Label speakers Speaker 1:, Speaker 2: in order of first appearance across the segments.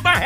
Speaker 1: da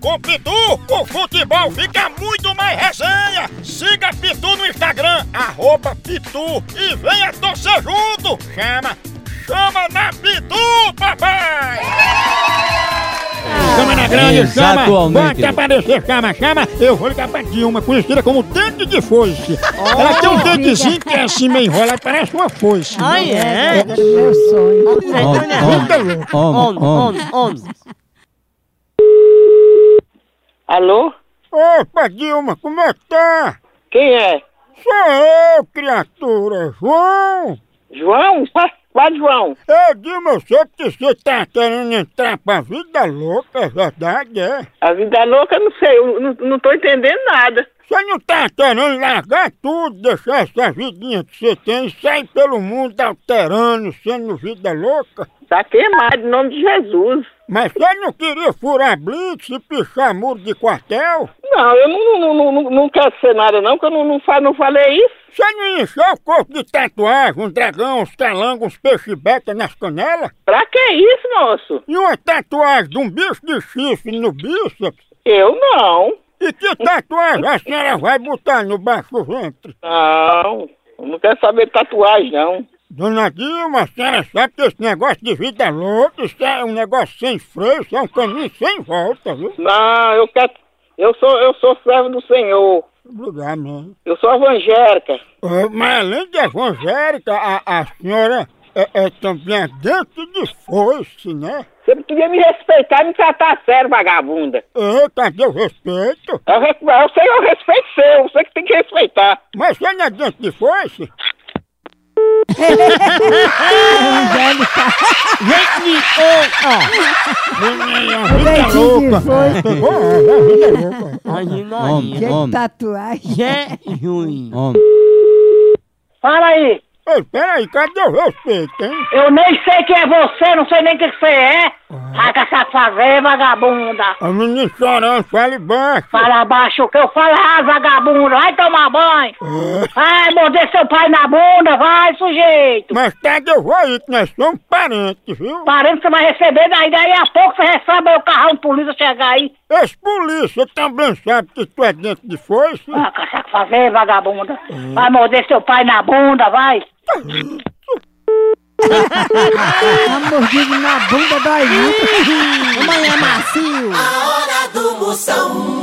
Speaker 1: Com Pitu, o futebol fica muito mais resenha. Siga Pitu no Instagram, arroba Pitu e venha torcer junto. Chama, chama na Pitu, papai! Chama na grande, chama!
Speaker 2: Exatamente.
Speaker 1: Pode aparecer, chama, chama! Eu vou ligar pra Dilma, conhecida como dente de foice. Ela tem um dentezinho que é assim meio enrolado, parece uma foice.
Speaker 3: Ai, é?
Speaker 2: Homem, homem, homem,
Speaker 3: Homem,
Speaker 2: homem.
Speaker 3: homem, homem.
Speaker 4: Alô?
Speaker 1: Opa, Dilma, como é que tá?
Speaker 4: Quem é?
Speaker 1: Sou eu, criatura, João!
Speaker 4: João? Qua- Qual João?
Speaker 1: Ô, Dilma, eu sei que você tá querendo entrar pra vida louca, é verdade, é?
Speaker 4: A vida louca, eu não sei, eu não, não tô entendendo nada.
Speaker 1: Você não tá querendo largar tudo, deixar essa vidinha que você tem e sair pelo mundo alterando, sendo vida louca?
Speaker 4: Tá queimado, em nome de Jesus.
Speaker 1: Mas você não queria furar blitz e pichar muro de quartel?
Speaker 4: Não, eu não, não, não, não, não quero ser nada não, que eu não, não, fa- não falei isso.
Speaker 1: Você não ia encher o corpo de tatuagem, um dragão, uns calangos, uns peixe-beta nas canelas?
Speaker 4: Pra que isso, moço?
Speaker 1: E uma tatuagem de um bicho de chifre no bíceps?
Speaker 4: Eu não.
Speaker 1: E que tatuagem a senhora vai botar no baixo ventre?
Speaker 4: Não. Eu não quero saber de tatuagem, não.
Speaker 1: Dona Dilma, a senhora sabe que esse negócio de vida louca, isso é um negócio sem freio, isso é um caminho sem volta, viu?
Speaker 4: Não, eu quero. Eu sou, eu sou servo do Senhor.
Speaker 1: Obrigado, mãe.
Speaker 4: Eu sou evangélica.
Speaker 1: Ô, mas além de evangélica, a, a senhora é, é também dentro de foice, né?
Speaker 4: Você podia me respeitar e me tratar sério, vagabunda.
Speaker 1: Ô, cadê o respeito?
Speaker 4: Eu, re- eu sei, eu respeito seu, você que tem que respeitar.
Speaker 1: Mas você não é dentro de foice? Gente, ô, ó. Vida louca. Ô, é vida louca.
Speaker 3: Ai,
Speaker 2: Homem,
Speaker 3: Maria.
Speaker 2: homem,
Speaker 5: Tatuagem.
Speaker 3: É ruim.
Speaker 2: homem.
Speaker 4: Fala aí,
Speaker 1: Ei, peraí, cadê o respeito, hein?
Speaker 4: eu nem sei quem é você, não sei nem quem que você é. Raca safavé, vagabunda.
Speaker 1: A menina chorando, fale baixo.
Speaker 4: Fala baixo o que eu falo, ah, vagabunda, vai tomar banho. Vai morder seu pai na bunda, vai, sujeito.
Speaker 1: Mas cadê o aí que nós somos parentes, viu?
Speaker 4: Parando que você vai receber, daí, daí a pouco você recebe aí o carrão de polícia chegar aí.
Speaker 1: Esse polícia também sabe que tu é dentro de foice.
Speaker 4: Raca safavé, vagabunda. Vai morder seu pai na bunda, vai.
Speaker 5: Tá mordido na bunda da Amanhã macio.
Speaker 6: A hora do Moção.